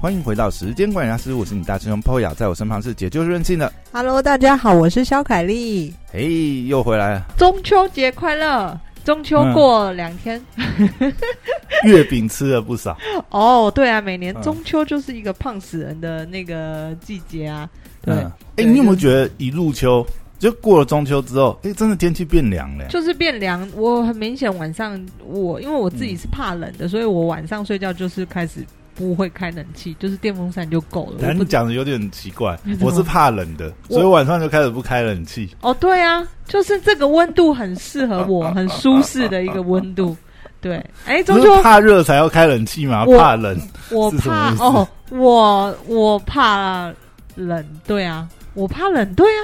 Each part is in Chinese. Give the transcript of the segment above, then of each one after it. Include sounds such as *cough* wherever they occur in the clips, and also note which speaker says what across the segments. Speaker 1: 欢迎回到时间管理大师，我是你大师兄 PO 雅，在我身旁是解救任性的，
Speaker 2: Hello，大家好，我是肖凯丽。
Speaker 1: 嘿，又回来了，
Speaker 3: *laughs* 中秋节快乐！中秋过两天、
Speaker 1: 月饼吃了不少，
Speaker 2: 嗯
Speaker 3: 哦，对啊，每年
Speaker 1: 嗯
Speaker 3: 中秋就是一个胖死人的那个季节啊。对，
Speaker 1: 嗯，哎，
Speaker 3: 对
Speaker 1: 你有没有觉得一入秋就过了中秋之后，哎，真的天气变凉了？
Speaker 3: 就是变凉。我很明显晚上我因为我自己是怕冷
Speaker 2: 嗯
Speaker 3: 的，所以我晚上睡觉就是开始不会开冷气，就是电风扇就够了。
Speaker 1: 哎
Speaker 3: 我不
Speaker 1: 你讲的有点奇怪
Speaker 3: 你，怎么
Speaker 1: 我是怕冷的，
Speaker 3: 我
Speaker 1: 所以晚上就开始不开冷气。
Speaker 3: 哦，对啊，就是这个温度很适合
Speaker 2: *laughs*
Speaker 3: 我，很舒适的一个温度。对，哎，
Speaker 1: 不
Speaker 3: 中
Speaker 1: 是
Speaker 3: 秋
Speaker 1: 怕热才要开冷气吗？
Speaker 3: 我
Speaker 1: 怕冷，
Speaker 3: 我
Speaker 1: 是什么
Speaker 3: 怕
Speaker 1: 意思
Speaker 3: 哦，我我怕冷，对啊，我怕冷，对啊，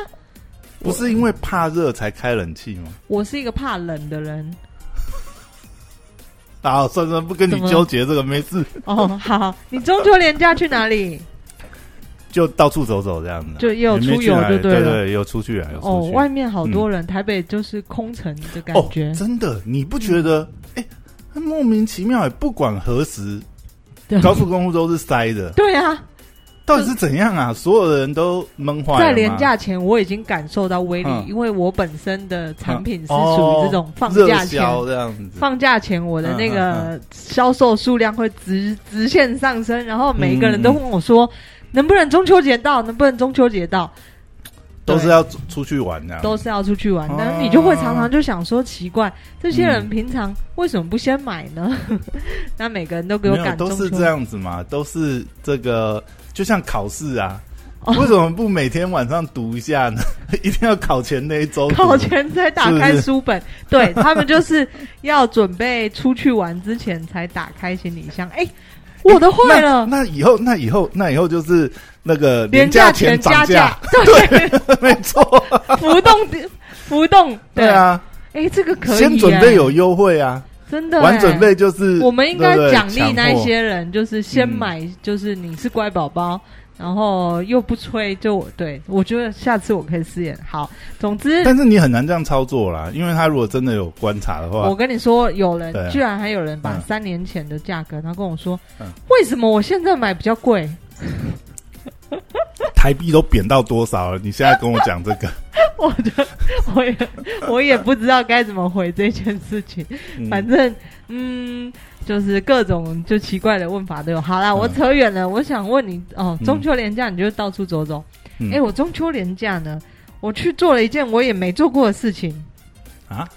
Speaker 1: 不是因为怕热才开冷气吗？
Speaker 3: 我是一个怕冷的人。
Speaker 1: 啊，算算，不跟你
Speaker 3: 怎么
Speaker 1: 纠结这个，没事， *laughs*
Speaker 3: 哦，好，你中秋连假去哪里？
Speaker 1: 就到处走走这样子。
Speaker 3: 就也有
Speaker 1: 也没
Speaker 3: 出
Speaker 1: 去
Speaker 3: 游
Speaker 1: 哪
Speaker 3: 就
Speaker 1: 里对
Speaker 3: 了。
Speaker 1: 对，有出去啊，有
Speaker 3: 哦
Speaker 1: 出，去。
Speaker 3: 外面好多人，台北就是空城的感觉。
Speaker 1: 嗯
Speaker 3: 嗯
Speaker 1: 哦、真的，你不觉得？哎、莫名其妙，不管何时，
Speaker 3: 对
Speaker 1: 高速公路都是塞
Speaker 3: *laughs*
Speaker 1: 的，
Speaker 3: 对啊，
Speaker 1: 到底是怎样啊？所有的人都闷坏了吗
Speaker 3: 在廉价前我已经感受到威力，
Speaker 1: 嗯
Speaker 3: 因为我本身的产品是
Speaker 1: 嗯
Speaker 3: 属于这种放
Speaker 1: 热
Speaker 3: 假前。
Speaker 1: 销这样子，
Speaker 3: 放假前，我的那
Speaker 1: 嗯
Speaker 3: 个销售数量会直直线上升，然后每一个人都
Speaker 1: 嗯嗯嗯
Speaker 3: 问我说：“能不能中秋节到？能不能中秋节到？”
Speaker 1: 都是
Speaker 3: 对
Speaker 1: 要出出去玩啊的、
Speaker 3: 都是要出去玩
Speaker 1: 哦，嗯
Speaker 3: 但是你就会常常就想说，奇怪，这些人平常为什么不先买呢？ *laughs* 那每个人都给我
Speaker 1: 没有
Speaker 3: 赶中
Speaker 1: 都
Speaker 3: 秋，
Speaker 1: 是这样子嘛，都是这个，就像考试啊。
Speaker 3: 哦
Speaker 1: 为什么不每天晚上读一下呢？ *laughs* 一定要考前那一周读
Speaker 3: 考前才打
Speaker 1: 是不
Speaker 3: 开
Speaker 1: 是
Speaker 3: 书
Speaker 1: *laughs*
Speaker 3: 本，对他们就是要准备出去玩之前才打开行李箱。哎，我的坏了，
Speaker 1: 那。那以后，那以后，那以后就是那个
Speaker 3: 廉
Speaker 1: 价
Speaker 3: 价
Speaker 1: 前
Speaker 3: 前
Speaker 1: 涨
Speaker 3: 加
Speaker 1: 价
Speaker 3: 价，， *laughs*
Speaker 1: *laughs* 没错，
Speaker 3: 浮动浮动，
Speaker 1: 对，啊，
Speaker 3: 哎，这个可以，
Speaker 1: 先准备有，优惠啊，
Speaker 3: 真的
Speaker 1: 晚
Speaker 3: 哎
Speaker 1: 准。备就是
Speaker 3: 我们应该
Speaker 1: 对不对
Speaker 3: 奖励那
Speaker 1: 强
Speaker 3: 一
Speaker 1: 迫
Speaker 3: 些人，就是先
Speaker 1: 嗯
Speaker 3: 买，就是你是乖宝宝，然后又不催，就我对我觉得下次我可以试验。好，总之
Speaker 1: 但是你很难这样操作啦，因为他如果真的有观察的话
Speaker 3: 我，跟你说，有人
Speaker 1: 啊对啊
Speaker 3: 居然还有人把
Speaker 1: 嗯
Speaker 3: 三年前的价格，他跟我说
Speaker 1: 嗯，
Speaker 3: 为什么我现在买比较贵？ *laughs*
Speaker 1: 台币都贬到多少了？你现在跟我讲这
Speaker 3: *laughs*
Speaker 1: 个，
Speaker 3: 我就我也我也不知道该怎么回这件事情。
Speaker 1: 嗯
Speaker 3: 反正嗯，就是各种就奇怪的问法都有。好啦，我
Speaker 1: 嗯
Speaker 3: 扯远了，我想问你哦，
Speaker 1: 嗯
Speaker 3: 中秋连假你就到处走走。
Speaker 1: 嗯
Speaker 3: 哎、我中秋连假呢，我去做了一件我也没做过的事情，
Speaker 1: 啊，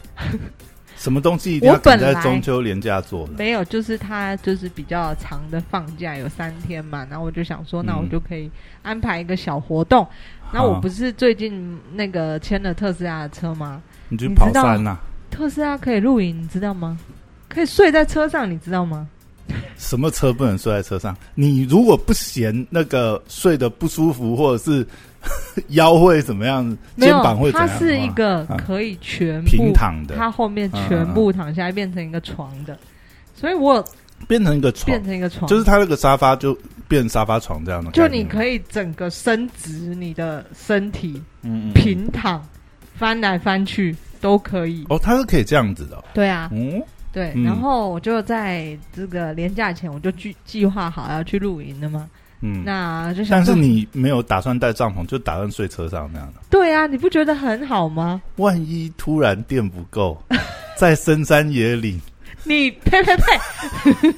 Speaker 1: 什么东西一定要
Speaker 3: 我
Speaker 1: 赶
Speaker 3: 本
Speaker 1: 在
Speaker 3: 来
Speaker 1: 中秋连假做呢？
Speaker 3: 没有，就是它就是比较长的放假，有三天嘛，然后我就想说，那我
Speaker 1: 嗯
Speaker 3: 就可以安排一个小活动。然后我
Speaker 1: 啊
Speaker 3: 不是最近那个签了特斯拉的车吗？
Speaker 1: 你去
Speaker 3: 你知
Speaker 1: 跑
Speaker 3: 道
Speaker 1: 山啊呐？
Speaker 3: 特斯拉可以露营，你知道吗？可以睡在车上，你知道吗？
Speaker 1: 什么车不能睡在车上？你如果不嫌那个睡得不舒服，或者是 *laughs* 腰会怎么样，
Speaker 3: 没
Speaker 1: 肩
Speaker 3: 有
Speaker 1: 膀会，怎
Speaker 3: 它
Speaker 1: 样的话？
Speaker 3: 是一个
Speaker 1: 啊
Speaker 3: 可以全部
Speaker 1: 平躺的，
Speaker 3: 它后面全部躺下来变成一个床的，所以我有
Speaker 1: 变成一个床
Speaker 3: 变，成一个床，
Speaker 1: 就是它那个沙发就变沙发床这样的概
Speaker 3: 就
Speaker 1: 念。
Speaker 3: 你可以整个伸直你的身体，
Speaker 1: 嗯嗯嗯
Speaker 3: 平躺、翻来翻去都可以。
Speaker 1: 哦，它是可以这样子的哦。
Speaker 3: 对啊，
Speaker 1: 嗯，
Speaker 3: 对。
Speaker 1: 嗯
Speaker 3: 然后我就在这个年假前，我就计计划好要去露营了嘛。
Speaker 1: 嗯
Speaker 3: 那就想
Speaker 1: 但
Speaker 3: 说，
Speaker 1: 是你没有打算带帐篷，就打算睡车上那样的。
Speaker 3: 对啊，你不觉得很好吗？
Speaker 1: 万一突然电不
Speaker 3: *laughs*
Speaker 1: 够，在深山野岭，
Speaker 3: 你
Speaker 1: *laughs*
Speaker 3: 呸呸呸！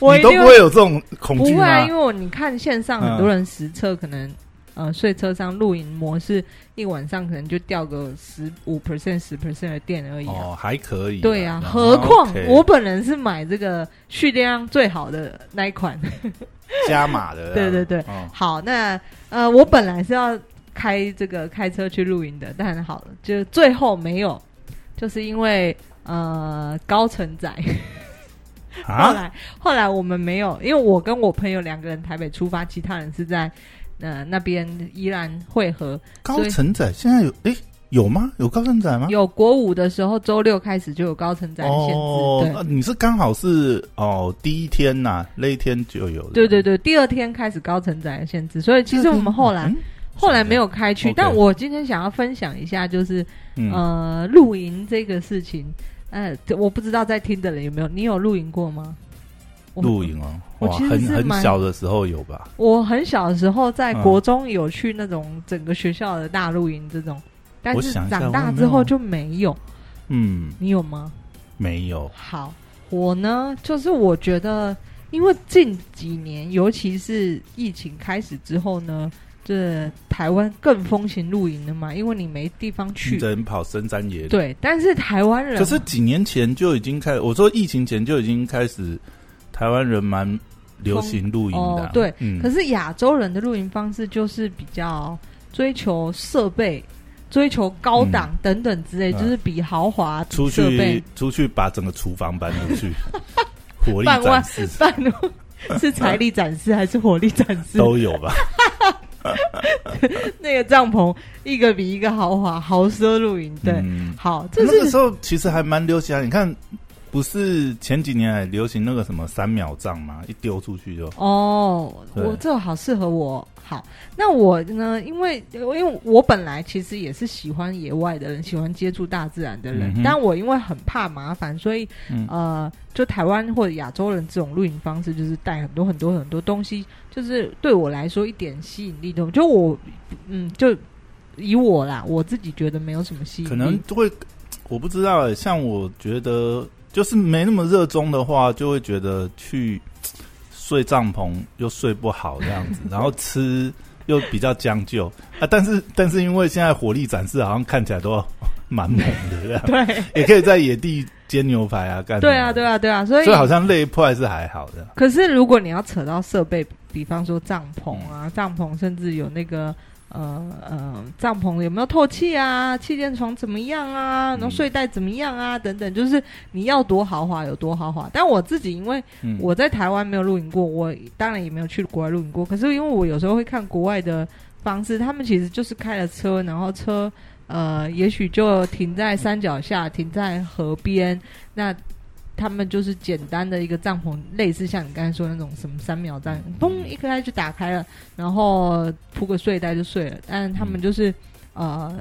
Speaker 3: 我
Speaker 1: 你
Speaker 3: 一
Speaker 1: 都
Speaker 3: 定
Speaker 1: 不会有这种恐
Speaker 3: 不
Speaker 1: 惧
Speaker 3: 会啊，因
Speaker 1: 吗
Speaker 3: 为？我你看线上很多人实测，可能、呃睡车上露营模式，一晚上可能就掉个十五 percent、十 percent 的电而已啊。
Speaker 1: 哦，还可以啦。
Speaker 3: 对啊，
Speaker 1: 然后
Speaker 3: 何况
Speaker 1: 哦 OK，
Speaker 3: 我本人是买这个蓄电量最好的那一款。，
Speaker 1: 加码的这样
Speaker 3: 对对
Speaker 1: 哦
Speaker 3: 好，那呃，我本来是要开这个开车去露营的，但好了，就最后没有，就是因为呃高承载。后
Speaker 1: 啊，
Speaker 3: 来后来我们没有，因为我跟我朋友两个人台北出发，其他人是在呃那边宜兰汇合。
Speaker 1: 高
Speaker 3: 所以
Speaker 1: 承载现在有诶有吗？有高承载吗？
Speaker 3: 有国五的时候，周六开始就有高承载的限制。
Speaker 1: 哦，啊你是刚好是哦第一天呐，那一天就有。
Speaker 3: 对对对对，第二天开始高承载的限制，所以其实我们后来、
Speaker 1: 嗯
Speaker 3: 后来没有开去。
Speaker 1: OK
Speaker 3: 但我今天想要分享一下，就是、
Speaker 1: 嗯，
Speaker 3: 呃露营这个事情。呃，我不知道在听的人有没有，你有露营过吗？我
Speaker 1: 露营哦，
Speaker 3: 我
Speaker 1: 哇，
Speaker 3: 其实
Speaker 1: 很
Speaker 3: 是
Speaker 1: 很
Speaker 3: 蛮
Speaker 1: 小的时候有吧？
Speaker 3: 我很小的时候在
Speaker 1: 嗯
Speaker 3: 国中有去那种整个学校的大露营这种，但
Speaker 1: 我
Speaker 3: 是
Speaker 1: 想一下
Speaker 3: 长大
Speaker 1: 我有没
Speaker 3: 之后
Speaker 1: 有
Speaker 3: 就没有。
Speaker 1: 嗯，
Speaker 3: 你有吗？
Speaker 1: 没有，
Speaker 3: 好，我呢，就是我觉得，因为近几年，尤其是疫情开始之后呢，这台湾更风行露营了嘛，因为你没地方去。
Speaker 1: 只能跑深山野岭。
Speaker 3: 对，但是台湾人
Speaker 1: 嗯可是几年前就已经开，我说疫情前就已经开始，台湾人蛮流行露营的啊、
Speaker 3: 哦对
Speaker 1: 嗯，
Speaker 3: 可是亚洲人的露营方式就是比较追求设备、追求高档等等之类，
Speaker 1: 嗯
Speaker 3: 就是比豪华
Speaker 1: 出
Speaker 3: 设备
Speaker 1: 去出去把整个厨房搬出
Speaker 3: *laughs*
Speaker 1: 去，火力
Speaker 3: 办
Speaker 1: 展
Speaker 3: 完
Speaker 1: 示
Speaker 3: 办 *laughs* 是财力展示还是火力展示？
Speaker 1: 都有吧？
Speaker 3: 那个帐篷一个比一个豪华，豪奢露营。 *laughs* 对，
Speaker 1: 嗯
Speaker 3: 好，这
Speaker 1: 那个
Speaker 3: 是
Speaker 1: 时候其实还蛮流行啊。你看，不是前几年还流行那个什么三秒杖嘛，一丢出去就
Speaker 3: 哦，
Speaker 1: 对
Speaker 3: 我这好适合我。好，那我呢？因为因为我本来其实也是喜欢野外的人，喜欢接触大自然的人
Speaker 1: 嗯，哼
Speaker 3: 但我因为很怕麻烦，所以、
Speaker 1: 嗯
Speaker 3: 呃，就台湾或者亚洲人这种露营方式，就是带很多很多很多东西，就是对我来说一点吸引力都没有就我嗯，就以我啦，我自己觉得没有什么吸引力，
Speaker 1: 可能就会，我不知道欸。像我觉得，就是没那么热衷的话，就会觉得去睡帐篷又睡不好这样子，然
Speaker 3: *laughs*
Speaker 1: 后吃又比较将就啊。但是，但是因为现在火力展示好像看起来都蛮猛的
Speaker 3: *laughs*
Speaker 1: 这样，
Speaker 3: 对。
Speaker 1: 也可以在野地煎牛排啊，干什么
Speaker 3: 对啊，对啊，对啊，所以
Speaker 1: 所以好像累破还是还好的。
Speaker 3: 可是如果你要扯到设备，比方说帐篷啊，帐篷甚至有那个呃呃帐篷有没有透气啊，气垫床怎么样啊，然后
Speaker 1: 嗯
Speaker 3: 睡袋怎么样啊，等等，就是你要多豪华有多豪华。但我自己因为
Speaker 1: 嗯，
Speaker 3: 我在台湾没有露营过，我当然也没有去国外露营过。可是因为我有时候会看国外的方式，他们其实就是开了车，然后车呃，也许就停在山脚下，停在河边，那他们就是简单的一个帐篷，类似像你刚才说的那种什么三秒帐，嘣一开就打开了，然后铺个睡袋就睡了。但他们就是、呃，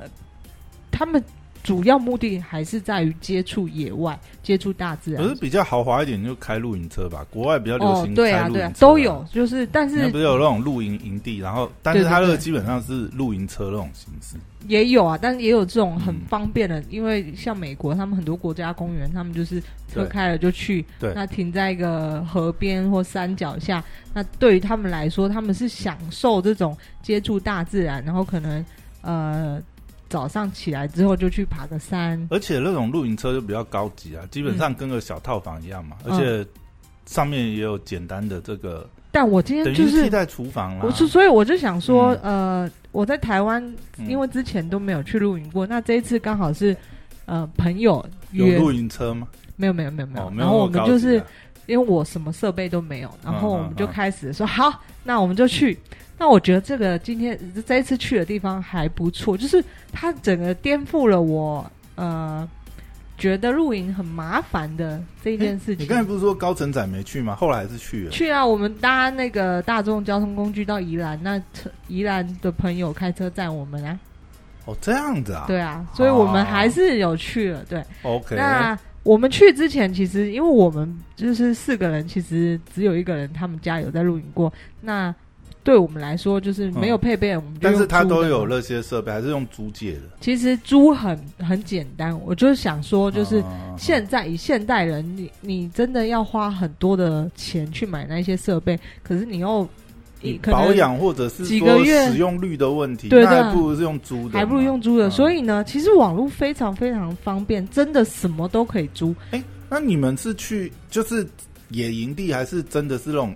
Speaker 3: 他们主要目的还是在于接触野外，接触大自然
Speaker 1: 可。是比较豪华一点，就开露营车吧。国外比较流
Speaker 3: 哦
Speaker 1: 行，
Speaker 3: 对
Speaker 1: 开
Speaker 3: 啊，
Speaker 1: 露
Speaker 3: 对
Speaker 1: 营
Speaker 3: 啊
Speaker 1: 车，
Speaker 3: 都有，。就是但
Speaker 1: 那
Speaker 3: 是
Speaker 1: 不是有那种露营营地，然后但是
Speaker 3: 对对
Speaker 1: 它那个
Speaker 3: 对
Speaker 1: 基本上是露营车那种形式。
Speaker 3: 也有啊，但是也有这种很
Speaker 1: 嗯
Speaker 3: 方便的，因为像美国，他们很多国家公园，他们就是车
Speaker 1: 对
Speaker 3: 开了就去，
Speaker 1: 对
Speaker 3: 那停在一个河边或山脚下。那对于他们来说，他们是享受这种接触大自然，然后可能呃早上起来之后就去爬个山，
Speaker 1: 而且那种露营车就比较高级啊，基本上跟个小套房一样嘛，
Speaker 3: 嗯
Speaker 1: 而且上面也有简单的这个，
Speaker 3: 但我今
Speaker 1: 等于
Speaker 3: 天嗯就是
Speaker 1: 替
Speaker 3: 是。
Speaker 1: 代厨房啦。
Speaker 3: 我是，所以我就想说，呃，我在台湾
Speaker 1: 嗯
Speaker 3: 因为之前都没有去露营过，那这一次刚好是呃朋友
Speaker 1: 有
Speaker 3: 约，
Speaker 1: 露营车吗？
Speaker 3: 没有没有没有没有，
Speaker 1: 哦，没有
Speaker 3: 然后我
Speaker 1: 那么高级啊啊
Speaker 3: 们就是因为我什么设备都没有，然后我们就开始说、好，那我们就去。那我觉得这个今天这一次去的地方还不错，就是它整个颠覆了我呃觉得露营很麻烦的这一件事
Speaker 1: 你
Speaker 3: 情。
Speaker 1: 刚才不是说高层仔没去吗？后来还是去了。
Speaker 3: 去啊，我们搭那个大众交通工具到宜兰，那车宜兰的朋友开车载我们啊，
Speaker 1: 哦，这样子啊。
Speaker 3: 对啊，所以我们还是有去了。对，
Speaker 1: ，OK。
Speaker 3: 那我们去之前，其实因为我们就是四个人，其实只有一个人他们家有在露营过，那对我们来说就是没有配备，我们就
Speaker 1: 但是
Speaker 3: 用
Speaker 1: 他
Speaker 3: 租的
Speaker 1: 都有
Speaker 3: 嘛。
Speaker 1: 那些设备，还是用租借的。
Speaker 3: 其实租很很简单，我就想说，就是
Speaker 1: 啊
Speaker 3: 现在以现代人，你你真的要花很多的钱去买那些设备，可是你又
Speaker 1: 你
Speaker 3: 可能
Speaker 1: 保养或者是
Speaker 3: 几
Speaker 1: 说
Speaker 3: 个月
Speaker 1: 使用率的问题，
Speaker 3: 对
Speaker 1: 那
Speaker 3: 对
Speaker 1: 还不如是用租的，
Speaker 3: 还不如用。租的。
Speaker 1: 嗯
Speaker 3: 所以呢，其实网络非常非常方便，真的什么都可以租。
Speaker 1: 那你们是去就是野营地，还是真的是那种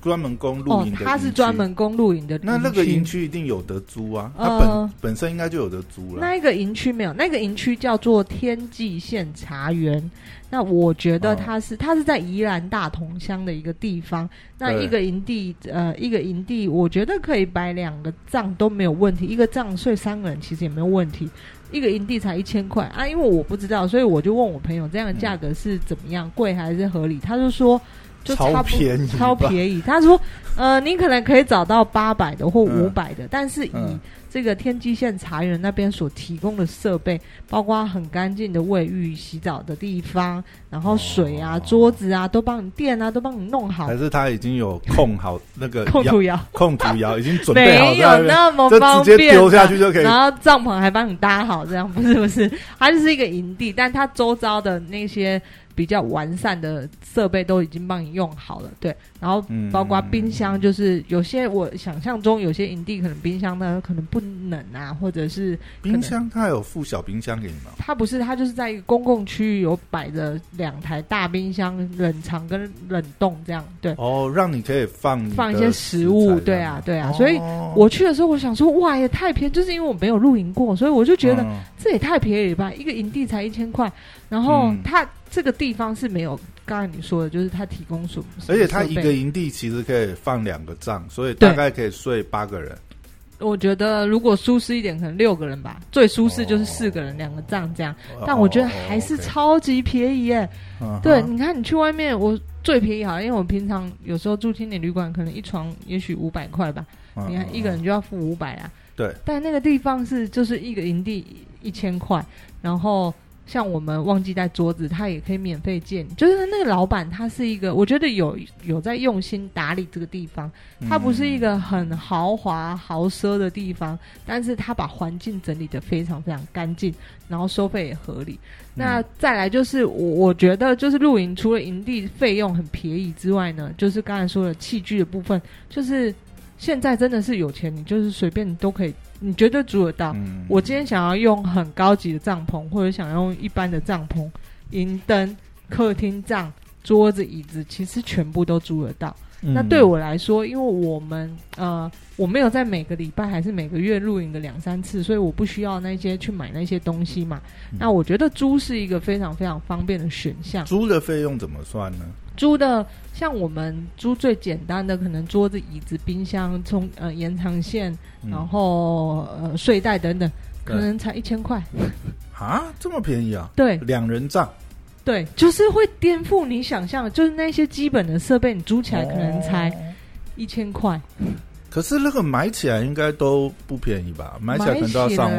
Speaker 1: 专门供露营
Speaker 3: 哦
Speaker 1: 的？，
Speaker 3: 它是专。门供露营的。
Speaker 1: 那那个营。区一定有得租啊，它本、
Speaker 3: 呃
Speaker 1: 本身应该就有得租了。
Speaker 3: 那一个营区没有，那个营区叫做天际县茶园。
Speaker 1: 啊
Speaker 3: 那我觉得它是、它是在宜兰大同乡的一个地方。那
Speaker 1: 对
Speaker 3: 一个营地，呃，一个营地，我觉得可以摆两个帐都没有问题，一个帐睡三个人其实也没有问题。一个营地才一千块啊，因为我不知道，所以我就问我朋友这样的价格是怎么样，贵还是合理？他就说。就
Speaker 1: 超
Speaker 3: 差不
Speaker 1: 便宜吧
Speaker 3: 超便宜。他说，呃，你可能可以找到八百的或五
Speaker 1: 嗯
Speaker 3: 百的，但是以
Speaker 1: 嗯
Speaker 3: 这个天际线茶园那边所提供的设备，包括很干净的卫浴、洗澡的地方，然后水啊、
Speaker 1: 哦
Speaker 3: 桌子啊都帮你垫啊，都帮你弄好
Speaker 1: 还。是他已经有控好那个
Speaker 3: 控
Speaker 1: 摇
Speaker 3: 土窑
Speaker 1: 控土窑，已经准备好
Speaker 3: 没有
Speaker 1: 在那
Speaker 3: 那么
Speaker 1: 边，就
Speaker 3: 方
Speaker 1: 直接
Speaker 3: 便，啊
Speaker 1: 丢下去就可以。
Speaker 3: 然后帐篷还帮你搭好，这样不是不是，它就是一个营地，但它周遭的那些比较完善的设备都已经帮你用好了，对。然后
Speaker 1: 嗯
Speaker 3: 包括冰箱，就是有些我想象中有些营地可能冰箱呢可能不冷啊，或者是
Speaker 1: 冰箱，他有附小冰箱给你吗？
Speaker 3: 它不是，它就是在一个公共区域有摆着两台大冰箱，冷藏跟冷冻这样，对，
Speaker 1: 哦，让你可以放你的
Speaker 3: 放一些食
Speaker 1: 材
Speaker 3: 物，
Speaker 1: 这
Speaker 3: 对
Speaker 1: 样
Speaker 3: 啊
Speaker 1: 吗，
Speaker 3: 对啊，所以。
Speaker 1: 哦
Speaker 3: 我去的时候，我想说，哇，也太便宜，就是因为我没有露营过，所以我就觉得
Speaker 1: 嗯
Speaker 3: 这也太便宜了吧！一个营地才一千块，然后
Speaker 1: 嗯
Speaker 3: 它这个地方是没有刚才你说的，就是它提供什么，
Speaker 1: 而且它一
Speaker 3: 什么
Speaker 1: 个
Speaker 3: 设备，
Speaker 1: 营地其实可以放两个帐，所以大
Speaker 3: 对
Speaker 1: 概可以睡八个人。
Speaker 3: 我觉得如果舒适一点，可能六个人吧，最舒适就是四个人、
Speaker 1: 哦
Speaker 3: 两个帐这样，
Speaker 1: 哦
Speaker 3: 但我觉得还是、超级便宜耶！
Speaker 1: 哦
Speaker 3: 对，，
Speaker 1: 哦
Speaker 3: 你看你去外面，我最便宜好了，因为我平常有时候住青年旅馆，可能一床也许五百块吧，
Speaker 1: 嗯哼
Speaker 3: 你看一个人就要付五百啊。
Speaker 1: 对，
Speaker 3: 但那个地方是就是一个营地一千块，然后像我们忘记带桌子，他也可以免费借你。就是那个老板他是一个，我觉得有有在用心打理这个地方，
Speaker 1: 嗯
Speaker 3: 它不是一个很豪华豪奢的地方，但是他把环境整理的非常非常干净，然后收费也合理。
Speaker 1: 嗯
Speaker 3: 那再来就是我我觉得就是露营除了营地费用很便宜之外呢，就是刚才说的器具的部分，就是现在真的是有钱，你就是随便你都可以，你绝对租得到。
Speaker 1: 嗯
Speaker 3: 我今天想要用很高级的帐篷，或者想用一般的帐篷、银灯、客厅帐、桌子、椅子，其实全部都租得到。
Speaker 1: 嗯
Speaker 3: 那对我来说，因为我们呃，我没有在每个礼拜还是每个月露营个两三次，所以我不需要那些去买那些东西嘛。
Speaker 1: 嗯
Speaker 3: 那我觉得租是一个非常非常方便的选项。
Speaker 1: 租的费用怎么算呢？
Speaker 3: 租的像我们租最简单的，可能桌子、椅子、冰箱、充呃延长线，
Speaker 1: 嗯
Speaker 3: 然后呃睡袋等等，可
Speaker 1: 对
Speaker 3: 能才一千块。
Speaker 1: 啊，这么便宜啊，
Speaker 3: 对
Speaker 1: 两人帐
Speaker 3: 对，就是会颠覆你想象的，就是那些基本的设备，你租起来可能才
Speaker 1: 哦
Speaker 3: 一千块。
Speaker 1: 可是那个买起来应该都不便宜吧？买起来可能都要上万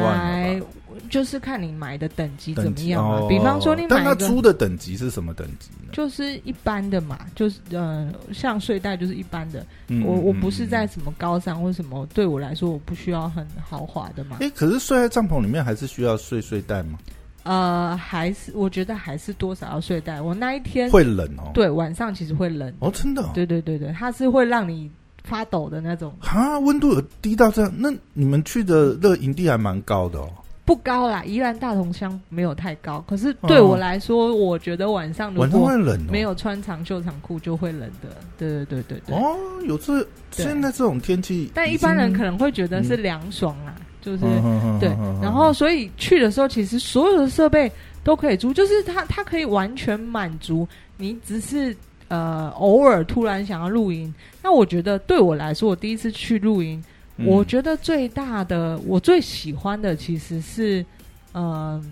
Speaker 1: 了吧？
Speaker 3: 就是看你买的等级怎
Speaker 1: 等
Speaker 3: 么
Speaker 1: 级
Speaker 3: 样嘛。啊
Speaker 1: 哦
Speaker 3: 比方说你买
Speaker 1: 但它
Speaker 3: 一
Speaker 1: 租
Speaker 3: 个
Speaker 1: 的等级是什么等级呢？
Speaker 3: 就是一般的嘛，就是呃，像睡袋就是一般的。
Speaker 1: 嗯
Speaker 3: 我我
Speaker 1: 嗯
Speaker 3: 不是
Speaker 1: 嗯
Speaker 3: 在什么高尚或什么，对我来说我不需要很豪华的嘛。
Speaker 1: 哎、可是睡在帐篷里面还是需要睡睡袋吗？
Speaker 3: 呃，还是我觉得还是多少要睡袋。我那一天
Speaker 1: 会冷哦。
Speaker 3: 对晚上其实会冷，
Speaker 1: 哦，真的、哦。
Speaker 3: 对对对对，它是会让你发抖的那种。
Speaker 1: 啊，温度有低到这样，那你们去的那个营地还蛮高的哦，
Speaker 3: 不高啦，宜兰大同乡没有太高，可是对
Speaker 1: 哦
Speaker 3: 我来说，我觉得晚上如
Speaker 1: 晚上
Speaker 3: 果
Speaker 1: 会冷哦。
Speaker 3: 没有穿长袖长裤就会冷的，对对对对对。
Speaker 1: 哦，有这
Speaker 3: 对
Speaker 1: 现在这种天气已经，嗯
Speaker 3: 但一般人可能会觉得是凉爽啊，就是、
Speaker 1: 能
Speaker 3: 对。然后所以去的时候，其实所有的设备都可以租，就是它它可以完全满足你，只是呃偶尔突然想要露营。那我觉得对我来说，我第一次去露营，
Speaker 1: 嗯
Speaker 3: 我觉得最大的我最喜欢的其实是嗯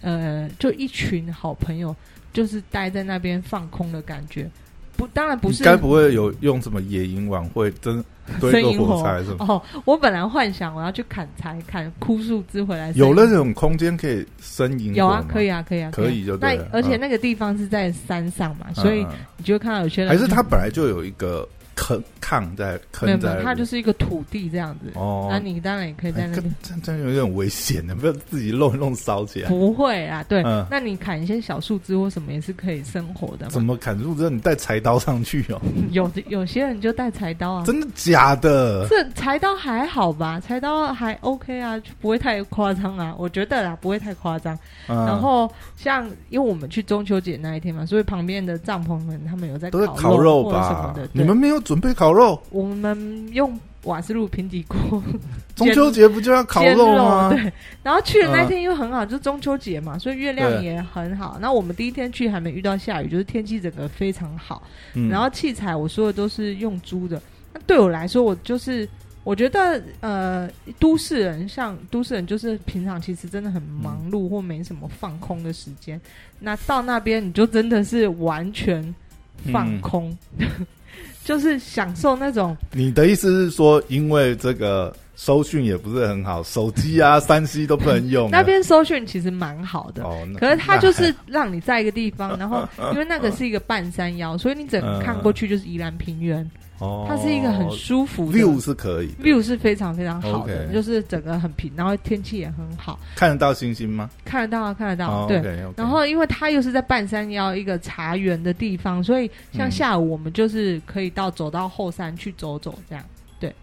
Speaker 3: 呃就一群好朋友，就是待在那边放空的感觉。不，当然不
Speaker 1: 你
Speaker 3: 是
Speaker 1: 嗯该不会有用什么野营晚会真堆
Speaker 3: 生
Speaker 1: 个
Speaker 3: 萤
Speaker 1: 火
Speaker 3: 火
Speaker 1: 柴什么？
Speaker 3: 哦，我本来幻想我要去砍柴、砍枯树枝回来生。
Speaker 1: 有那种空间可以生营火
Speaker 3: 有啊，
Speaker 1: 吗
Speaker 3: 可以啊，可以啊，
Speaker 1: 可
Speaker 3: 啊
Speaker 1: 以就
Speaker 3: 那
Speaker 1: 对了。
Speaker 3: 而且
Speaker 1: 嗯
Speaker 3: 那个地方是在山上嘛，
Speaker 1: 嗯
Speaker 3: 所以
Speaker 1: 嗯
Speaker 3: 你就会看到有些人
Speaker 1: 还是它
Speaker 3: 就
Speaker 1: 本来就有一个坑炕在
Speaker 3: 没
Speaker 1: 坑
Speaker 3: 有没
Speaker 1: 在那
Speaker 3: 有，
Speaker 1: 里，
Speaker 3: 它就是一个土地这样子。
Speaker 1: 哦，
Speaker 3: 那你当然也可以在
Speaker 1: 哎
Speaker 3: 那
Speaker 1: 这
Speaker 3: 边，
Speaker 1: 这这样有点危险的，不要自己弄一弄烧起来。
Speaker 3: 不会啊，对
Speaker 1: 嗯。
Speaker 3: 那你砍一些小树枝或什么也是可以生活的
Speaker 1: 怎
Speaker 3: 嘛。
Speaker 1: 么砍树？枝？你带柴刀上去哦？
Speaker 3: 有有些人就带柴刀啊，
Speaker 1: 真的假的？
Speaker 3: 这柴刀还好吧？柴刀还 OK 啊，就不会太夸张啊，我觉得啦，不会太夸张。然
Speaker 1: 然
Speaker 3: 后像因为我们去中秋节那一天嘛，所以旁边的帐篷们他们有在
Speaker 1: 都是
Speaker 3: 烤
Speaker 1: 烤肉
Speaker 3: 或者什么
Speaker 1: 吧
Speaker 3: 的。？对
Speaker 1: 你们没有准备烤肉？
Speaker 3: 我们用瓦斯炉平底锅 *laughs*
Speaker 1: 中秋节不就要烤
Speaker 3: 煎
Speaker 1: 肉吗？
Speaker 3: 对。然后去的
Speaker 1: 嗯
Speaker 3: 那天又很好，就是中秋节嘛，所以月亮也很好。那我们第一天去还没遇到下雨，就是天气整个非常好。
Speaker 1: 嗯
Speaker 3: 然后器材我说的都是用租的。那对我来说，我就是我觉得呃，都市人像都市人，就是平常其实真的很忙碌或没什么放空的时间。那到那边你就真的是完全放
Speaker 1: *laughs*
Speaker 3: 空，就是享受那种
Speaker 1: 你的意思是说，因为这个收讯也不是很好，手机啊、三 C 都不能用了。啊
Speaker 3: 那边搜讯其实蛮好的，
Speaker 1: 哦，那嗯
Speaker 3: 可是它就是让你在一个地方，然后因为那
Speaker 1: *laughs*
Speaker 3: 个是一个半山腰，所以你整个看过去就是宜兰平原，
Speaker 1: 哦，
Speaker 3: 它是一个很舒服的
Speaker 1: view 是可以的
Speaker 3: view 是非常非常好的，
Speaker 1: OK
Speaker 3: 就是整个很平，然后天气也很好，
Speaker 1: 看得到星星吗？
Speaker 3: 看得到啊，看得到，
Speaker 1: 哦
Speaker 3: 对。
Speaker 1: ，OK，OK
Speaker 3: 然后，因为它又是在半山腰一个茶园的地方，所以像
Speaker 1: 嗯
Speaker 3: 下午我们就是可以到走到后山去走走，这样、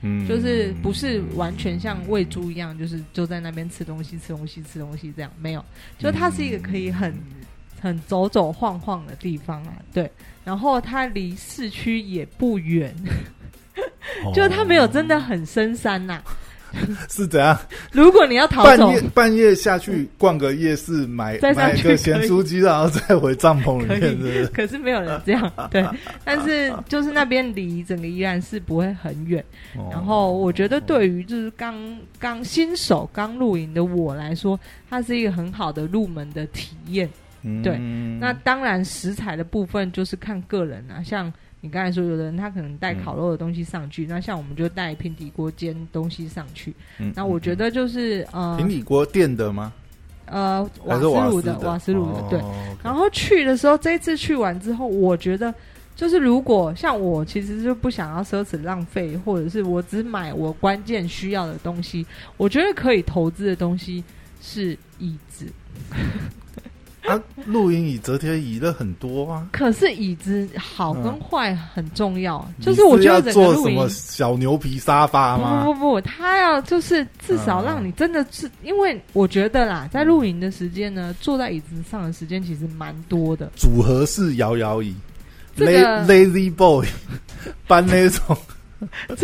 Speaker 1: 嗯
Speaker 3: 就是不是完全像喂猪一样，就是就在那边吃东西、吃东西、吃东西这样，没有，就它是一个可以很
Speaker 1: 嗯
Speaker 3: 很走走晃晃的地方啊，对。然后它离市区也不远，
Speaker 1: 哦
Speaker 3: 就是它没有真的很深山呐、
Speaker 1: 是怎样？
Speaker 3: 如果你要逃
Speaker 1: 半
Speaker 3: 走，
Speaker 1: 夜半夜下去逛个夜市，买
Speaker 3: 再上
Speaker 1: 买
Speaker 3: 去
Speaker 1: 个咸
Speaker 3: 可以
Speaker 1: 酥鸡，然后再回帐篷里面，
Speaker 3: 可
Speaker 1: 是
Speaker 3: 以
Speaker 1: 不是？
Speaker 3: 可是没有人这样，
Speaker 1: *laughs*
Speaker 3: 对。但是就是那边离整个宜兰市不会很远，
Speaker 1: 哦
Speaker 3: 然后我觉得对于就是刚刚新手刚露营的我来说，它是一个很好的入门的体验。对
Speaker 1: 嗯
Speaker 3: 那当然食材的部分就是看个人啊，像。你刚才说，有的人他可能带
Speaker 1: 嗯
Speaker 3: 烤肉的东西上去，那像我们就带平底锅煎东西上去。
Speaker 1: 嗯
Speaker 3: 那我觉得就是呃
Speaker 1: 平底锅电的吗？
Speaker 3: 呃
Speaker 1: 还
Speaker 3: 瓦斯
Speaker 1: 是瓦
Speaker 3: 炉
Speaker 1: 的？
Speaker 3: 瓦斯炉的，对。
Speaker 1: 哦
Speaker 3: 然后去的时候，这一次去完之后，我觉得就是如果像我，其实就不想要奢侈浪费，或者是我只买我关键需要的东西。我觉得可以投资的东西是椅子，
Speaker 1: 啊，露营椅、折叠椅的很多啊。
Speaker 3: 可是椅子好跟
Speaker 1: 嗯
Speaker 3: 坏很重要啊。 *laughs* 就是我觉
Speaker 1: 你
Speaker 3: 得
Speaker 1: 是
Speaker 3: 整
Speaker 1: 嗯要做
Speaker 3: 个露
Speaker 1: 什么啊
Speaker 3: 营。
Speaker 1: 小牛皮沙发
Speaker 3: 不
Speaker 1: 吗？
Speaker 3: 不不不，他要就是至少
Speaker 1: 嗯
Speaker 3: 让你真的是，因为我觉得啦，在露营的时间呢，坐在椅子上的时间其实蛮多的。
Speaker 1: 组合式摇摇椅、
Speaker 3: 这
Speaker 1: l
Speaker 3: 个
Speaker 1: a Lazy Boy *laughs* 搬那
Speaker 3: *laughs*
Speaker 1: 种 *laughs*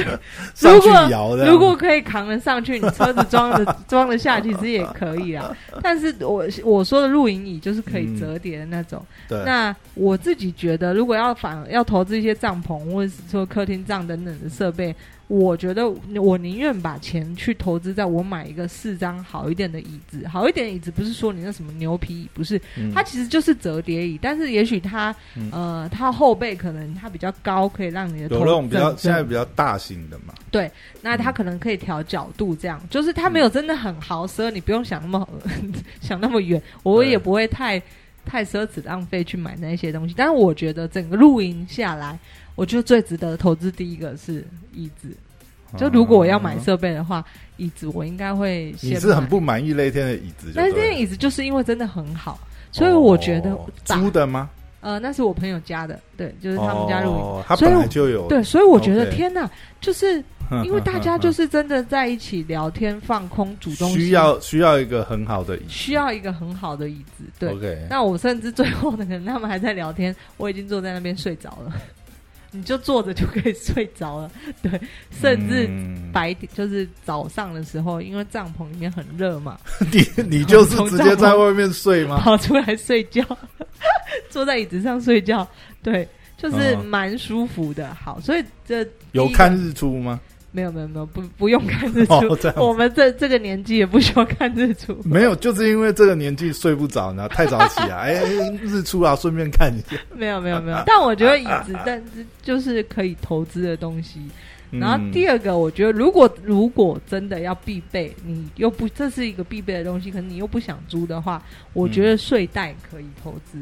Speaker 1: 上
Speaker 3: 如
Speaker 1: 去
Speaker 3: 果
Speaker 1: 摇的。
Speaker 3: 如果可以扛得上去，你车子装
Speaker 1: *laughs*
Speaker 3: 得装得下，其实也可以啦。但是我我说的露营椅就是可以折叠的那种。
Speaker 1: 对，
Speaker 3: 那我自己觉得，如果要反要投资一些帐篷或者是说客厅帐等等的设备，我觉得我宁愿把钱去投资在我买一个四张好一点的椅子。好一点的椅子不是说你那什么牛皮椅，不是，
Speaker 1: 嗯
Speaker 3: 它其实就是折叠椅，但是也许它、
Speaker 1: 嗯
Speaker 3: 呃它后背可能它比较高，可以让你的
Speaker 1: 有
Speaker 3: 头
Speaker 1: 那种比较
Speaker 3: 枕着
Speaker 1: 现在比较大型的嘛，
Speaker 3: 那它可能可以调角度，这样
Speaker 1: 嗯
Speaker 3: 就是它没有真的很豪奢，你不用想那么 *laughs* 想那么远，我也不会太太奢侈浪费去买那些东西。但是我觉得整个露营下来，我觉得最值得投资第一个是椅子。就如果我要买
Speaker 1: 嗯
Speaker 3: 设备的话，椅子我应该会先
Speaker 1: 你是很
Speaker 3: 买，
Speaker 1: 不满意那天的椅子就
Speaker 3: 但
Speaker 1: 对
Speaker 3: 是
Speaker 1: 了，
Speaker 3: 这件椅子就是因为真的很好，所以我觉得
Speaker 1: 哦
Speaker 3: 把
Speaker 1: 租的吗？
Speaker 3: 呃那是我朋友家的，对，就是他们家露营，
Speaker 1: 哦，他
Speaker 3: 所以
Speaker 1: 本
Speaker 3: 我
Speaker 1: 来就有，
Speaker 3: 对，所以我觉得
Speaker 1: OK
Speaker 3: 天哪，就是
Speaker 1: *laughs*
Speaker 3: 因为大家就是是真的在一起聊天、放空、煮东西，
Speaker 1: 需要需要一个很好的椅子。
Speaker 3: 需要一个很好的椅子。对，
Speaker 1: OK，
Speaker 3: *laughs* 那我甚至最后可能他们还在聊天，我已经坐在那边睡着了，你就坐着就可以睡着了。对，甚至
Speaker 1: 嗯
Speaker 3: 白天就是早上的时候，因为帐篷里面很热嘛，
Speaker 1: *laughs* 你你就是直接在外面睡
Speaker 3: *laughs*
Speaker 1: 吗？
Speaker 3: 跑出来睡觉，坐在椅子上睡觉，对，就是
Speaker 1: 嗯
Speaker 3: 蛮舒服的。好，所以这
Speaker 1: 有
Speaker 3: 第一个
Speaker 1: 看日出吗？
Speaker 3: 没有没有没有不不用看日出。
Speaker 1: 哦，这样子
Speaker 3: *laughs* 我们这这个年纪也不需要看日出，
Speaker 1: 没有，就是因为这个年纪睡不着呢，太早起来，哎，日出啊，顺便看一下。
Speaker 3: *laughs* 没有没有
Speaker 1: *laughs*
Speaker 3: 没有，但我觉得椅子， *laughs* 但是就是可以投资的东西。 *laughs*
Speaker 1: 嗯
Speaker 3: 然后第
Speaker 1: 二，
Speaker 3: 二个，我觉得如果如果真的要必备，你又不这是一个必备的东西，可能你又不想租的话，我
Speaker 1: 嗯
Speaker 3: 觉得睡袋可以投资。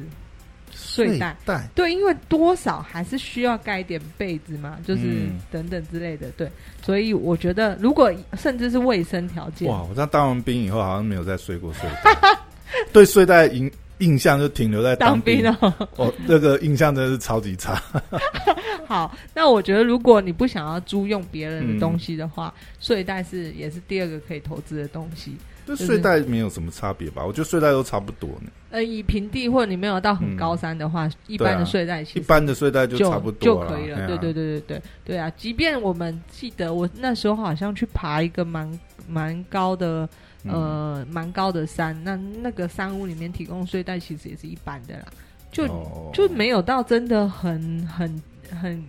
Speaker 3: 睡袋
Speaker 1: 袋，
Speaker 3: 对，因为多少还是需要盖一点被子嘛，就是
Speaker 1: 嗯
Speaker 3: 等等之类的。对，所以我觉得如果甚至是卫生条件，
Speaker 1: 哇！我在当完兵以后，好像没有再睡
Speaker 3: *laughs*
Speaker 1: 过睡袋，对睡袋印印象就停留在
Speaker 3: 当
Speaker 1: 兵
Speaker 3: 兵
Speaker 1: 了。
Speaker 3: 哦，
Speaker 1: 哦，那个印象真的是超级
Speaker 3: *laughs*
Speaker 1: 差。
Speaker 3: 好，那我觉得如果你不想要租用别人
Speaker 1: 嗯
Speaker 3: 的东西的话，睡袋是也是第二个可以投资的东西。
Speaker 1: 对
Speaker 3: 是
Speaker 1: 睡袋没有什么差别吧？我觉得睡袋都差不多呢，
Speaker 3: 呃，以平地或者你没有到很高山的话，一般
Speaker 1: 嗯对啊
Speaker 3: 的睡袋
Speaker 1: 一
Speaker 3: 其实
Speaker 1: 般的睡袋就
Speaker 3: 就
Speaker 1: 差不多
Speaker 3: 就可以了。
Speaker 1: 哎呀
Speaker 3: 对对对对对对啊！即便我们记得我那时候好像去爬一个蛮蛮高的
Speaker 1: 嗯
Speaker 3: 呃蛮高的山，那那个山屋里面提供睡袋其实也是一般的啦，就、
Speaker 1: 哦
Speaker 3: 就没有到真的很很很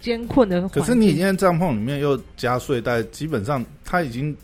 Speaker 3: 艰困的环境。
Speaker 1: 可是你现在帐篷里面又加睡袋，基本上它已经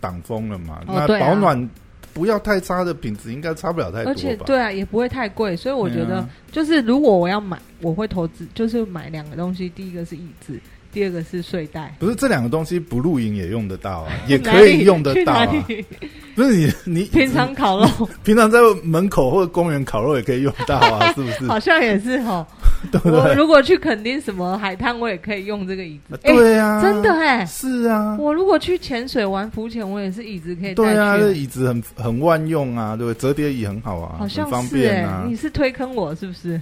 Speaker 1: 挡风了嘛，
Speaker 3: 哦
Speaker 1: 那
Speaker 3: 对啊
Speaker 1: 保暖不要太差的品质应该差不了太
Speaker 3: 而
Speaker 1: 多
Speaker 3: 且
Speaker 1: 吧？
Speaker 3: 对啊，也不会太贵，所以我觉
Speaker 1: 对
Speaker 3: 得
Speaker 1: 啊
Speaker 3: 就是如果我要买，我会投资，就是买两个东西，第一个是椅子，第二个是睡袋，
Speaker 1: 不是这两个东西不露营也用得到
Speaker 3: *laughs*
Speaker 1: 啊，也可以用得到
Speaker 3: 去哪
Speaker 1: 啊。
Speaker 3: 里
Speaker 1: *laughs* 不是你你
Speaker 3: *laughs* 平常烤肉
Speaker 1: 平常在门口或者公园烤肉也可以用到
Speaker 3: *laughs*
Speaker 1: 啊，是不是？
Speaker 3: 好像也是哦。
Speaker 1: *laughs* 对不
Speaker 3: 我
Speaker 1: 对？
Speaker 3: 如果去垦丁什么海滩，我也可以用这个椅子。哎，
Speaker 1: 对啊，
Speaker 3: 真的哎，
Speaker 1: 是啊，
Speaker 3: 我如果去潜水玩浮潜，我也是椅子可以带
Speaker 1: 对啊，这
Speaker 3: 去。
Speaker 1: 椅子很很万用啊，对不对？折叠椅很好啊，
Speaker 3: 好像
Speaker 1: 很方
Speaker 3: 是
Speaker 1: 便
Speaker 3: 哎，
Speaker 1: 啊
Speaker 3: 你。是推坑我是不是？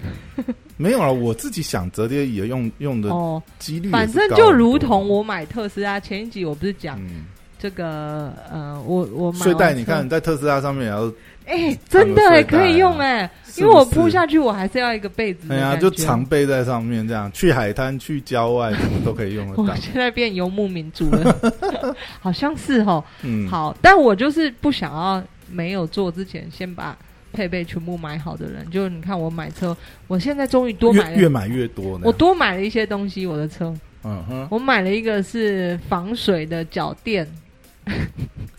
Speaker 1: 没有啊，我自己想折叠椅用用的
Speaker 3: 哦，
Speaker 1: 几率也是高
Speaker 3: 反
Speaker 1: 很多，
Speaker 3: 正就如同我买特斯拉前一集，我不是讲
Speaker 1: 嗯，
Speaker 3: 这个呃，我我买
Speaker 1: 睡袋，
Speaker 3: 完
Speaker 1: 你
Speaker 3: 车
Speaker 1: 看，在特斯拉上面也要，
Speaker 3: 哎，真的
Speaker 1: 长的睡袋
Speaker 3: 哎，
Speaker 1: 啊
Speaker 3: 可以用哎，
Speaker 1: 是
Speaker 3: 因为我
Speaker 1: 不是
Speaker 3: 铺下去，我还是要一个被子。
Speaker 1: 哎呀，就常。备在上面，这样去海滩、去郊外什么都可以用得
Speaker 3: 我。
Speaker 1: 到
Speaker 3: 现在变游牧民族了， *laughs* 好像是哦。
Speaker 1: 嗯，，
Speaker 3: 好，但我就是不想要没有做之前先把配备全部买好的人。就你看我买车，我现在终于多买
Speaker 1: 越
Speaker 3: 了，
Speaker 1: 越买越多呢。
Speaker 3: 我多买了一些东西。我的车，
Speaker 1: 嗯哼，
Speaker 3: 我买了一个是防水的脚垫，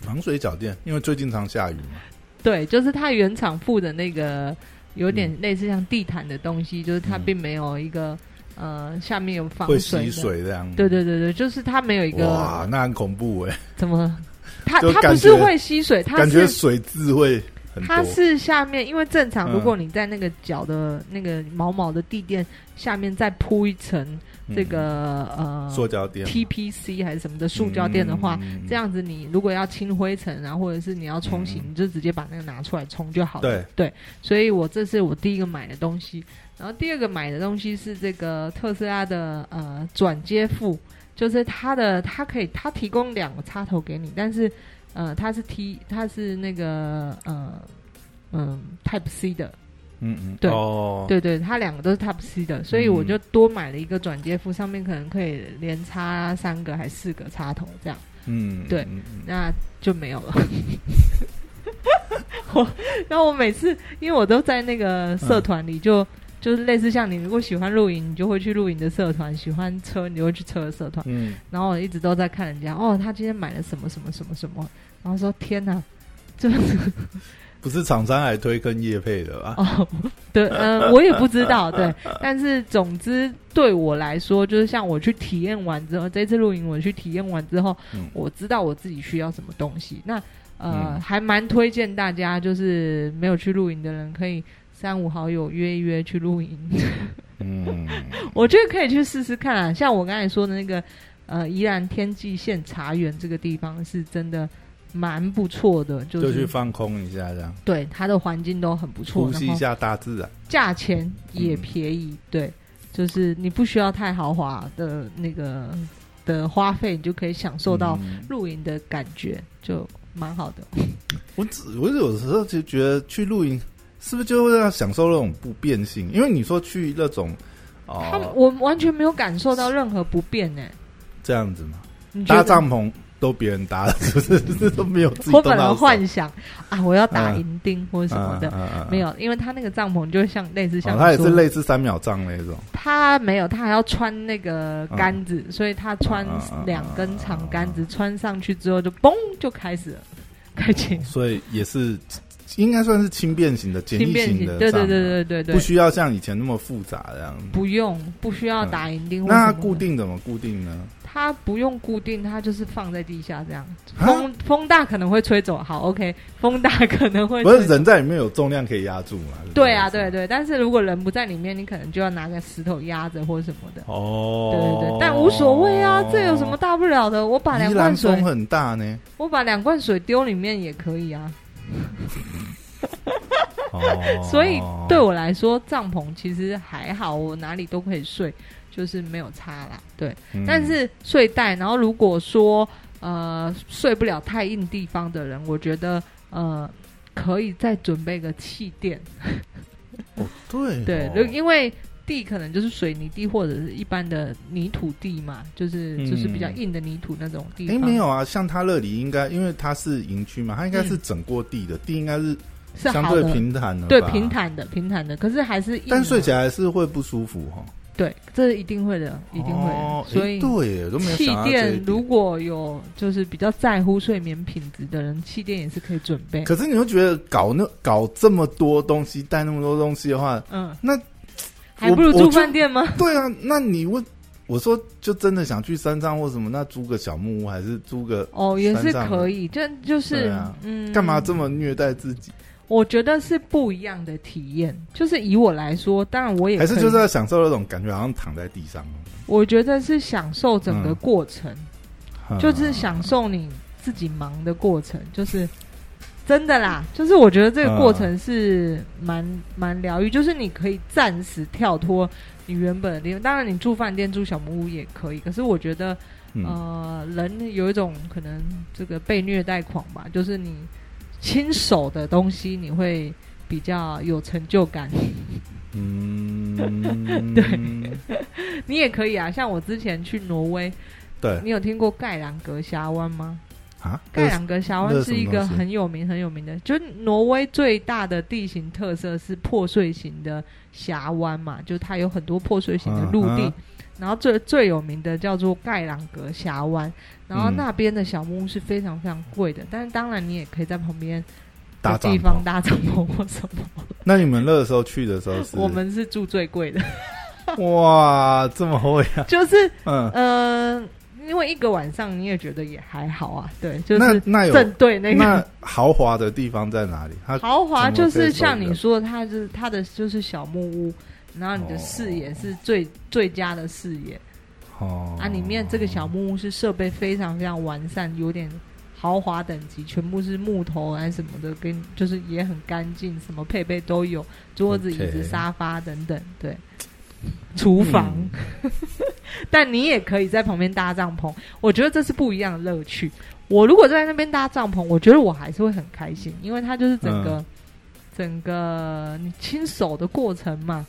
Speaker 1: 防水脚垫，因为最近常下雨嘛。
Speaker 3: 对，就是它原厂附的那个，有点类似像地毯的东西，就是它
Speaker 1: 嗯
Speaker 3: 并没有一个呃下面有防
Speaker 1: 会
Speaker 3: 水
Speaker 1: 吸
Speaker 3: 的。
Speaker 1: 水这样。
Speaker 3: 对对对对，就是它没有一
Speaker 1: 哇，
Speaker 3: 个
Speaker 1: 那很恐怖哎、
Speaker 3: 怎么了，它
Speaker 1: 就
Speaker 3: 它不
Speaker 1: 感
Speaker 3: 是
Speaker 1: 觉
Speaker 3: 会吸水，它
Speaker 1: 感觉
Speaker 3: 是
Speaker 1: 水渍会很
Speaker 3: 它
Speaker 1: 多。
Speaker 3: 是下面，因为正常，
Speaker 1: 嗯
Speaker 3: 如果你在那个脚的那个毛毛的地垫下面再铺一层这个、
Speaker 1: 嗯塑
Speaker 3: 呃
Speaker 1: 胶垫、
Speaker 3: TPC 还是什么的塑胶垫的话，
Speaker 1: 嗯
Speaker 3: 这样子你如果要清灰尘啊，或者是你要冲洗，你就直接把那个拿出来冲就好了。
Speaker 1: 对
Speaker 3: 所以我这是我第一个买的东西，然后第二个买的东西是这个特斯拉的呃转接副，就是它的它可以它提供两个插头给你，但是呃它是 T 它是那个呃嗯 Type C 的，
Speaker 1: 嗯嗯，
Speaker 3: 对
Speaker 1: 哦，嗯
Speaker 3: 对对，它两个都是 Type C 的，所以我就多买了一个转接副，上面可能可以连插三个还四个插头这样。
Speaker 1: 嗯，
Speaker 3: 对
Speaker 1: 嗯，嗯
Speaker 3: 那就没有了。 *laughs* 我，然后我每次，因为我都在那个社团里就，就是类似像你，如果喜欢露营，你就会去露营的社团；喜欢车，你就会去车的社团。
Speaker 1: 嗯，
Speaker 3: 然后我一直都在看人家，哦，他今天买了什么什么什么什么，然后说天哪，这
Speaker 1: 不是厂商还推跟叶配的吧？
Speaker 3: 哦， *laughs* 对，
Speaker 1: *laughs*
Speaker 3: 嗯、我也不知道，对，但是总之对我来说，就是像我去体验完之后，这次露营我去体验完之后，
Speaker 1: 嗯
Speaker 3: 我知道我自己需要什么东西。那呃，
Speaker 1: 嗯
Speaker 3: 还蛮推荐大家，就是没有去露营的人，可以三五好友约一约去露营。 *laughs*
Speaker 1: 嗯，
Speaker 3: 我觉得可以去试试看啊。像我刚才说的那个，呃，宜兰天际县茶园这个地方是真的蛮不错的， *laughs* 就
Speaker 1: 就是去放空一下，这样
Speaker 3: 对它的环境都很不错，
Speaker 1: 呼吸
Speaker 3: 然
Speaker 1: 一
Speaker 3: 后
Speaker 1: 下大啊自然。
Speaker 3: 价钱也
Speaker 1: 嗯
Speaker 3: 便宜，对，就是你不需要太豪华的那个的花费，你就可以享受到
Speaker 1: 嗯哦
Speaker 3: 露营的感觉，就蛮好的。
Speaker 1: 我只我有时候就觉得去露营是不是就要享受那种不变性？因为你说去那种
Speaker 3: 他们
Speaker 1: 哦
Speaker 3: 我完全没有感受到任何不便呢、
Speaker 1: 这样子嘛，
Speaker 3: 你觉
Speaker 1: 搭
Speaker 3: 得？
Speaker 1: 帐篷都别人搭的，是不是？这都没有自己
Speaker 3: 我
Speaker 1: 动
Speaker 3: 本来
Speaker 1: 到手
Speaker 3: 幻想啊，我要打
Speaker 1: 嗯
Speaker 3: 银钉或者什么的，
Speaker 1: 嗯嗯嗯
Speaker 3: 没有，因为他那个帐篷就像类似像
Speaker 1: 哦，
Speaker 3: 你
Speaker 1: 它也
Speaker 3: 说
Speaker 1: 是类似三秒帐那种，
Speaker 3: 他没有，他还要穿那个
Speaker 1: 嗯
Speaker 3: 杆子，所以他穿
Speaker 1: 嗯嗯嗯嗯
Speaker 3: 两根长杆子，穿上去之后就嘣就开始了，开启
Speaker 1: 所以也是应该算是轻便型的、简
Speaker 3: 轻
Speaker 1: 易
Speaker 3: 便
Speaker 1: 型
Speaker 3: 型，
Speaker 1: 的
Speaker 3: 对
Speaker 1: 帐篷啊
Speaker 3: 对对对对对，
Speaker 1: 不需要像以前那么复杂这样。
Speaker 3: 不用不需要打银钉、
Speaker 1: 嗯
Speaker 3: 或
Speaker 1: 那
Speaker 3: 什
Speaker 1: 它
Speaker 3: 么的
Speaker 1: 固，定怎么固定呢？
Speaker 3: 它不用固定，它就是放在地下这样。
Speaker 1: 啊
Speaker 3: 风风大可能会吹走，好 OK，风大可能会
Speaker 1: 不是
Speaker 3: 吹走
Speaker 1: 人在里面有重量可以压住嘛？
Speaker 3: 对啊，对。对，但是如果人不在里面，你可能就要拿个石头压着或什么的。
Speaker 1: 哦
Speaker 3: 对对对，但无所谓啊，这有什么？大不了的？我把两
Speaker 1: 宜
Speaker 3: 罐
Speaker 1: 兰
Speaker 3: 水
Speaker 1: 风，很大呢。
Speaker 3: 我把两罐水丢里面也可以啊。
Speaker 1: 哦
Speaker 3: *laughs* 所以对我来说，帐篷其实还好，我哪里都可以睡，就是没有差啦。对，
Speaker 1: 嗯
Speaker 3: 但是睡袋，然后如果说呃睡不了太硬地方的人，我觉得呃可以再准备个气垫，
Speaker 1: 哦对
Speaker 3: 对，
Speaker 1: 哦
Speaker 3: 就因为地可能就是水泥地或者是一般的泥土地嘛，就是、
Speaker 1: 嗯
Speaker 3: 就是比较硬的泥土那种地
Speaker 1: 诶
Speaker 3: 方，
Speaker 1: 没有啊，像它那里应该，因为它是营区嘛，它应该是整过地的，地应该是
Speaker 3: 是
Speaker 1: 相
Speaker 3: 好
Speaker 1: 对
Speaker 3: 的。
Speaker 1: 平坦的，
Speaker 3: 对，平。坦的，平坦的，可是还是硬的
Speaker 1: 但睡起来是会不舒服哈，
Speaker 3: 对，这一定会的，一定会的。
Speaker 1: 哦诶
Speaker 3: 所以、
Speaker 1: 对耶，都没有
Speaker 3: 气
Speaker 1: 想到这一
Speaker 3: 垫
Speaker 1: 点
Speaker 3: 如果有就是比较在乎睡眠品质的人，气垫也是可以准备。
Speaker 1: 可是你又觉得搞那搞这么多东西，带那么多东西的话，
Speaker 3: 嗯，
Speaker 1: 那
Speaker 3: 还不如
Speaker 1: 我
Speaker 3: 住饭店吗？
Speaker 1: 对啊，那你问我说就真的想去山上或什么，那租个小木屋还是租个
Speaker 3: 哦，也
Speaker 1: 山
Speaker 3: 是
Speaker 1: 上
Speaker 3: 可以，这就是、
Speaker 1: 对啊
Speaker 3: 嗯，
Speaker 1: 干嘛这么虐待自己？
Speaker 3: 我觉得是不一样的体验。就是以我来说，当然我也
Speaker 1: 还是
Speaker 3: 可以嗯
Speaker 1: 就是要享受那种感觉，好像躺在地上，
Speaker 3: 我觉得是享受整个
Speaker 1: 嗯
Speaker 3: 过程，
Speaker 1: 嗯
Speaker 3: 就是享受你自己忙的过程，就是真的啦。就是我觉得这个过程是蛮蛮疗愈，就是你可以暂时跳脱你原本的地方。当然，你住饭店、住小木屋也可以，可是我觉得
Speaker 1: 嗯
Speaker 3: 呃，人有一种可能这个被虐待狂吧，就是你亲手的东西，你会比较有成就感。 *laughs*
Speaker 1: 嗯，对
Speaker 3: 你也可以啊，像我之前去挪威，
Speaker 1: 对
Speaker 3: 你有听过盖朗格峡湾吗？
Speaker 1: 啊，
Speaker 3: 盖朗格峡湾
Speaker 1: 那是
Speaker 3: 是一
Speaker 1: 那
Speaker 3: 个
Speaker 1: 是什么东西
Speaker 3: 很有名很有名的，就是挪威最大的地形特色是破碎型的峡湾嘛，就是它有很多破碎型的陆地。
Speaker 1: 嗯
Speaker 3: 然后最最有名的叫做盖朗格峡湾，然后
Speaker 1: 嗯
Speaker 3: 那边的小木屋是非常非常贵的，但是当然你也可以在旁边
Speaker 1: 搭
Speaker 3: 的
Speaker 1: 帐
Speaker 3: 地
Speaker 1: 篷
Speaker 3: 方。搭帐篷或什么。
Speaker 1: 那你们那个时候去的时候是
Speaker 3: *laughs* 我们是住最贵
Speaker 1: *laughs*
Speaker 3: 的，
Speaker 1: 哇这么会啊，
Speaker 3: 就是
Speaker 1: 嗯，
Speaker 3: 呃，因为一个晚上你也觉得也还好啊，对，就
Speaker 1: 那
Speaker 3: 是
Speaker 1: 那有
Speaker 3: 正对那个
Speaker 1: 那豪华的地方在哪里？它
Speaker 3: 豪华就
Speaker 1: 怎么可以
Speaker 3: 是
Speaker 1: 受得了
Speaker 3: 像你说的，它是它的就是小木屋，然后你的视野是最、最佳的视野、
Speaker 1: 哦
Speaker 3: 啊。里面这个小木屋是设备非常非常完善，有点豪华等级，全部是木头啊什么的，跟就是也很干净，什么配备都有，桌子、椅
Speaker 1: OK
Speaker 3: 子、沙发等等，对。厨房， *laughs* 但你也可以在旁边搭帐篷，我觉得这是不一样的乐趣。我如果在那边搭帐篷，我觉得我还是会很开心，因为它就是整个、整个你亲手的过程嘛。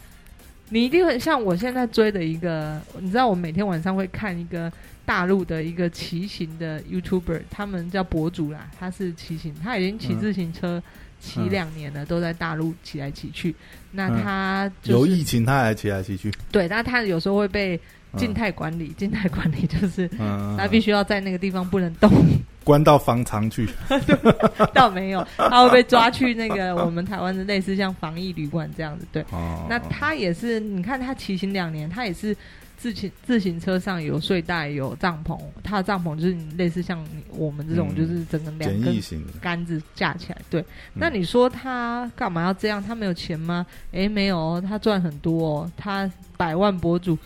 Speaker 3: 你一定很像我现在追的一个，你知道我每天晚上会看一个大陆的一个骑行的 YouTuber，他们叫博主啦，他是骑行，他已经骑自行车骑两年了，都在大陆骑来骑去。那
Speaker 1: 嗯
Speaker 3: 他就是
Speaker 1: 有疫情，它还骑来骑去，
Speaker 3: 对，那他有时候会被
Speaker 1: 嗯
Speaker 3: 静态管理，静态管理就是
Speaker 1: 嗯，
Speaker 3: 他必须要在那个地方不能动， *laughs*
Speaker 1: 关到方舱去，
Speaker 3: 倒没有，他会被抓去那个我们台湾的类似像防疫旅馆这样子。对，
Speaker 1: 哦，
Speaker 3: 那他也是，你看他骑行两年，他也是自行自行车上有睡袋有帐篷，他的帐篷就是类似像你我们这种，
Speaker 1: 嗯
Speaker 3: 就是整个两
Speaker 1: 简
Speaker 3: 根
Speaker 1: 易型嗯的，
Speaker 3: 杆子架起来。对，那你说他干嘛要这样？他没有钱吗？诶，没有哦，他赚很多哦，他百万博主，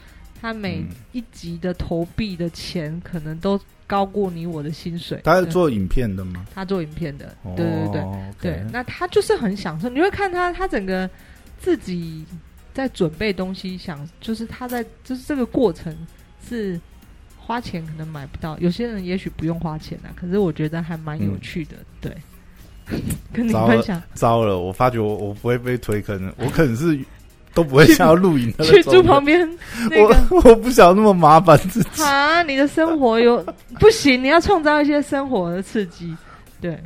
Speaker 3: 他每
Speaker 1: 嗯
Speaker 3: 一集的投币的钱可能都高过你我的薪水。
Speaker 1: 嗯他是
Speaker 3: 对
Speaker 1: 做影片的吗？
Speaker 3: 他做影片的，
Speaker 1: 哦
Speaker 3: 对对对、
Speaker 1: OK
Speaker 3: 对，那他就是很享受，你会看他他整个自己在准备东西，想就是他在就是这个过程是花钱可能买不到，有些人也许不用花钱啊，可是我觉得还蛮有趣的，对，跟你
Speaker 1: 嗯糟了
Speaker 3: 分享
Speaker 1: 糟了，我发觉我我不会被推坑的，我可能是都不会想要录影的那
Speaker 3: *laughs* 去
Speaker 1: 种
Speaker 3: 住
Speaker 1: 人
Speaker 3: 旁边那个。
Speaker 1: 我我不想那么麻烦自己。
Speaker 3: 啊，你的生活有不行，你要创造一些生活的刺激，对，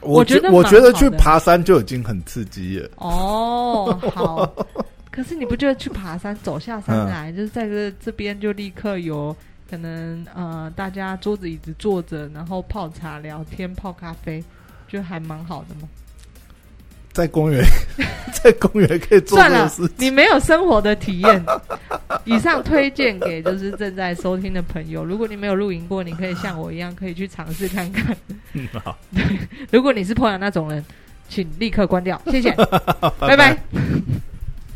Speaker 1: 我
Speaker 3: 觉得
Speaker 1: 我
Speaker 3: 蛮
Speaker 1: 觉得
Speaker 3: 好
Speaker 1: 去
Speaker 3: 的
Speaker 1: 爬山就已经很刺激了。
Speaker 3: 哦，
Speaker 1: *laughs*
Speaker 3: 好。可是你不觉得去爬山，走下
Speaker 1: 嗯
Speaker 3: 山来，就是在这这边就立刻有可能呃，大家桌子椅子坐着，然后泡茶聊天、泡咖啡，就还蛮好的嘛。
Speaker 1: 在公园， *laughs* 在公园可以做这
Speaker 3: 算
Speaker 1: 个
Speaker 3: 了
Speaker 1: 事，
Speaker 3: 你没有生活的体验。 *laughs* 以上推荐给就是正在收听的朋友，如果你没有露营过，你可以像我一样，可以去尝试看看。
Speaker 1: 嗯
Speaker 3: *laughs*
Speaker 1: 好， *laughs*
Speaker 3: 如果你是朋友那种人，请立刻关掉，谢谢，拜拜。